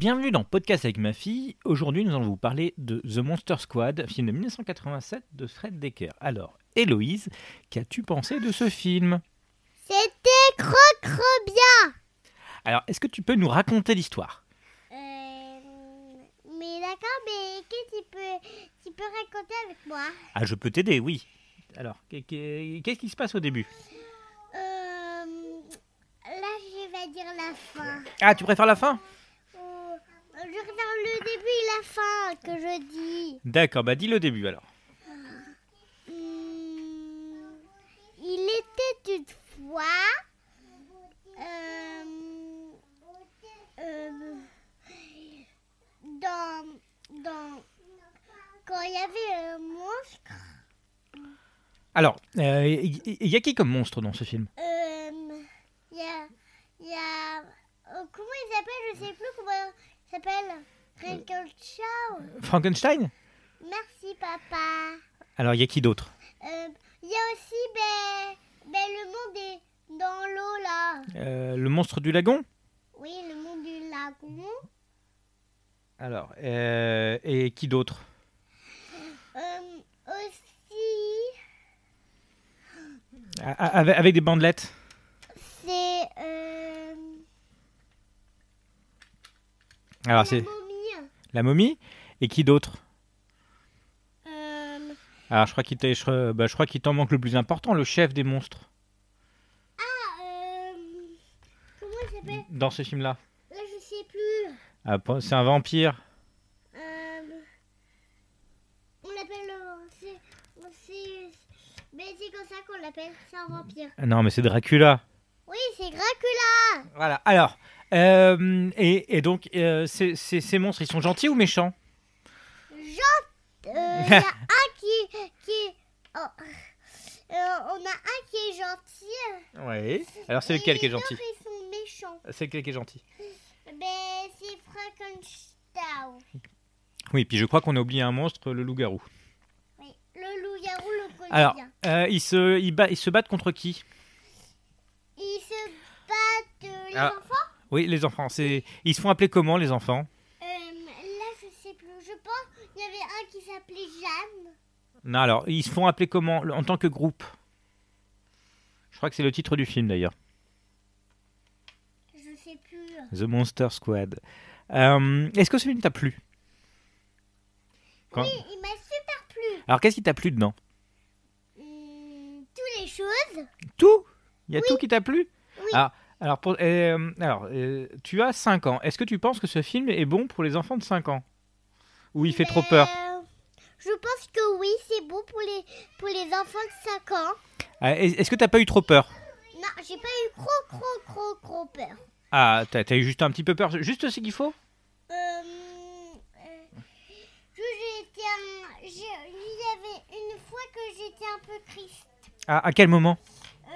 Bienvenue dans Podcast avec ma fille. Aujourd'hui, nous allons vous parler de The Monster Squad, film de 1987 de Fred Decker. Alors, Héloïse, qu'as-tu pensé de ce film C'était crocre bien. Alors, est-ce que tu peux nous raconter l'histoire Euh, mais d'accord, mais que tu peux, tu peux raconter avec moi Ah, je peux t'aider, oui. Alors, qu'est- qu'est- qu'est-ce qui se passe au début Euh, là, je vais dire la fin. Ah, tu préfères la fin Euh, je regarde le début et la fin que je dis. D'accord, bah dis le début alors. Hum, il était une fois. euh, euh, dans, dans, quand il y avait euh, un monstre. Alors, euh, il il y a qui comme monstre dans ce film Euh, il y a, il y a, euh, comment il s'appelle Je sais plus comment il s'appelle. Rachel Chow. Frankenstein Merci papa. Alors, il y a qui d'autre Euh, Il y a aussi ben, ben, le monde est dans l'eau là. Euh, Le monstre du lagon Oui, le monde du lagon. Alors, euh, et qui d'autre Euh, aussi, A- a- avec- avec des bandelettes c'est euh, Alors la Ah, c'est momie. la momie et qui d'autre Euh, Alors Ah, je crois qu'il t'est- je crois- bah, je crois qu'il t'en manque le plus important, le chef des monstres ah, euh, comment il s'appelle dans ce film-là. Là, je sais plus. Ah, pas- c'est un vampire. Euh, on l'appelle le. c'est- c'est- Mais c'est comme ça qu'on l'appelle, c'est un vampire. Ah Non mais c'est Dracula. Oui, c'est Dracula Voilà. Alors euh, et, et donc euh, ces- ces- ces monstres, ils sont gentils ou méchants Jean euh, Il y a un qui. qui oh, euh, on a un qui est gentil. Oui. Alors Ah, c'est et lequel qui est les gentil autres, Ils sont méchants. C'est lequel qui est gentil Mais c'est Frankenstein. Oui. Puis je crois qu'on a oublié un monstre, le loup-garou. Oui, le loup-garou le connaît Alors bien. euh, ils se ils, ba- ils se battent contre qui Ils se battent, euh, les Ah. enfants Oui, les enfants. C'est ils se font appeler comment les enfants Euh, Là, je sais plus. Je pense qu'il y avait un qui s'appelait Jeanne. Non, alors, ils se font appeler comment le- En tant que groupe Je crois que c'est le titre du film d'ailleurs. Je sais plus. hein. The Monster Squad. Euh, Est-ce que ce film t'a plu Quand- Oui, il m'a super plu. Alors, qu'est-ce qui t'a plu dedans Hum, toutes les choses. Tout Il y a tout qui t'a plu Oui. Ah, alors, pour- euh, alors euh, tu as 5 ans. Est-ce que tu penses que ce film est bon pour les enfants de 5 ans Ou il fait trop peur Euh, Je pense que oui, c'est bon pour les, pour les enfants de 5 ans. Ah, est- Est-ce que t'as pas eu trop peur Non, j'ai pas eu trop, trop, trop, trop peur. Ah, t'as t'as eu juste un petit peu peur. Juste ce qu'il faut Euh, euh, je- j'ai été un- j'ai- il y avait une fois que j'étais un peu triste. Ah, À quel moment Euh,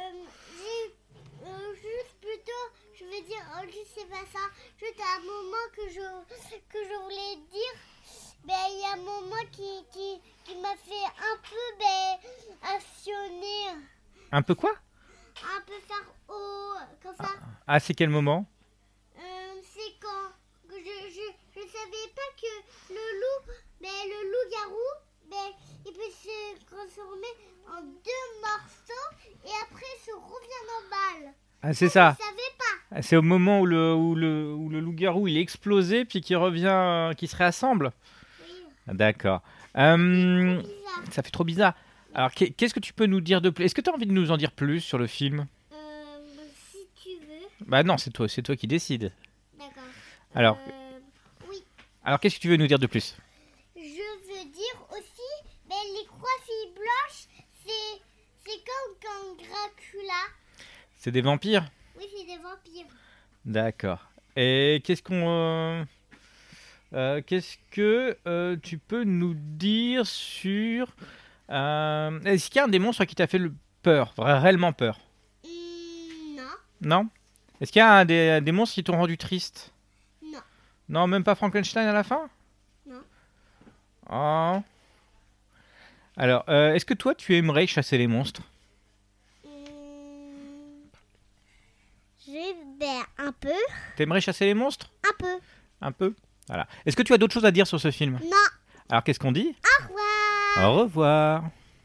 j'ai- euh, juste plutôt, je veux dire, oh, je sais pas ça, juste un moment que je, que je voulais dire, ben, il y a un moment qui, qui, qui m'a fait un peu ben, actionner, Un peu quoi un peu faire haut, comme ça. Ah, c'est quel moment Euh, C'est quand que je, je, je savais pas que le loup, ben, le loup-garou, ben, il peut se transformer en deux morceaux et après se revient en balle. Ah, c'est ça. Je savais pas. Ah, C'est au moment où le, où le, où le loup-garou il est explosé, puis qui revient, euh, qui se réassemble. Oui, D'accord. Euh, bizarre. ça fait trop bizarre. Alors, qu'est- qu'est-ce que tu peux nous dire de plus Est-ce que tu as envie de nous en dire plus sur le film Euh, si tu veux. Bah non, c'est toi, c'est toi qui décides. D'accord. Alors, Euh, alors qu'est-ce que tu veux nous dire de plus je veux dire aussi, mais les trois filles blanches, c'est, c'est comme quand Dracula. C'est des vampires Oui, c'est des vampires. D'accord. Et qu'est-ce qu'on... euh, euh, qu'est-ce que euh, tu peux nous dire sur... euh, Est-ce qu'il y a un des monstres qui t'a fait le peur, vra- réellement peur Hmm, non. Non. Est-ce qu'il y a un des, des monstres qui t'ont rendu triste Non. Non, même pas Frankenstein à la fin Non. Oh. Alors, euh, est-ce que toi, tu aimerais chasser les monstres Hmm, je vais un peu. T'aimerais chasser les monstres Un peu. un peu. Voilà. Est-ce que tu as d'autres choses à dire sur ce film Non. Alors qu'est-ce qu'on dit Au Au revoir. revoir.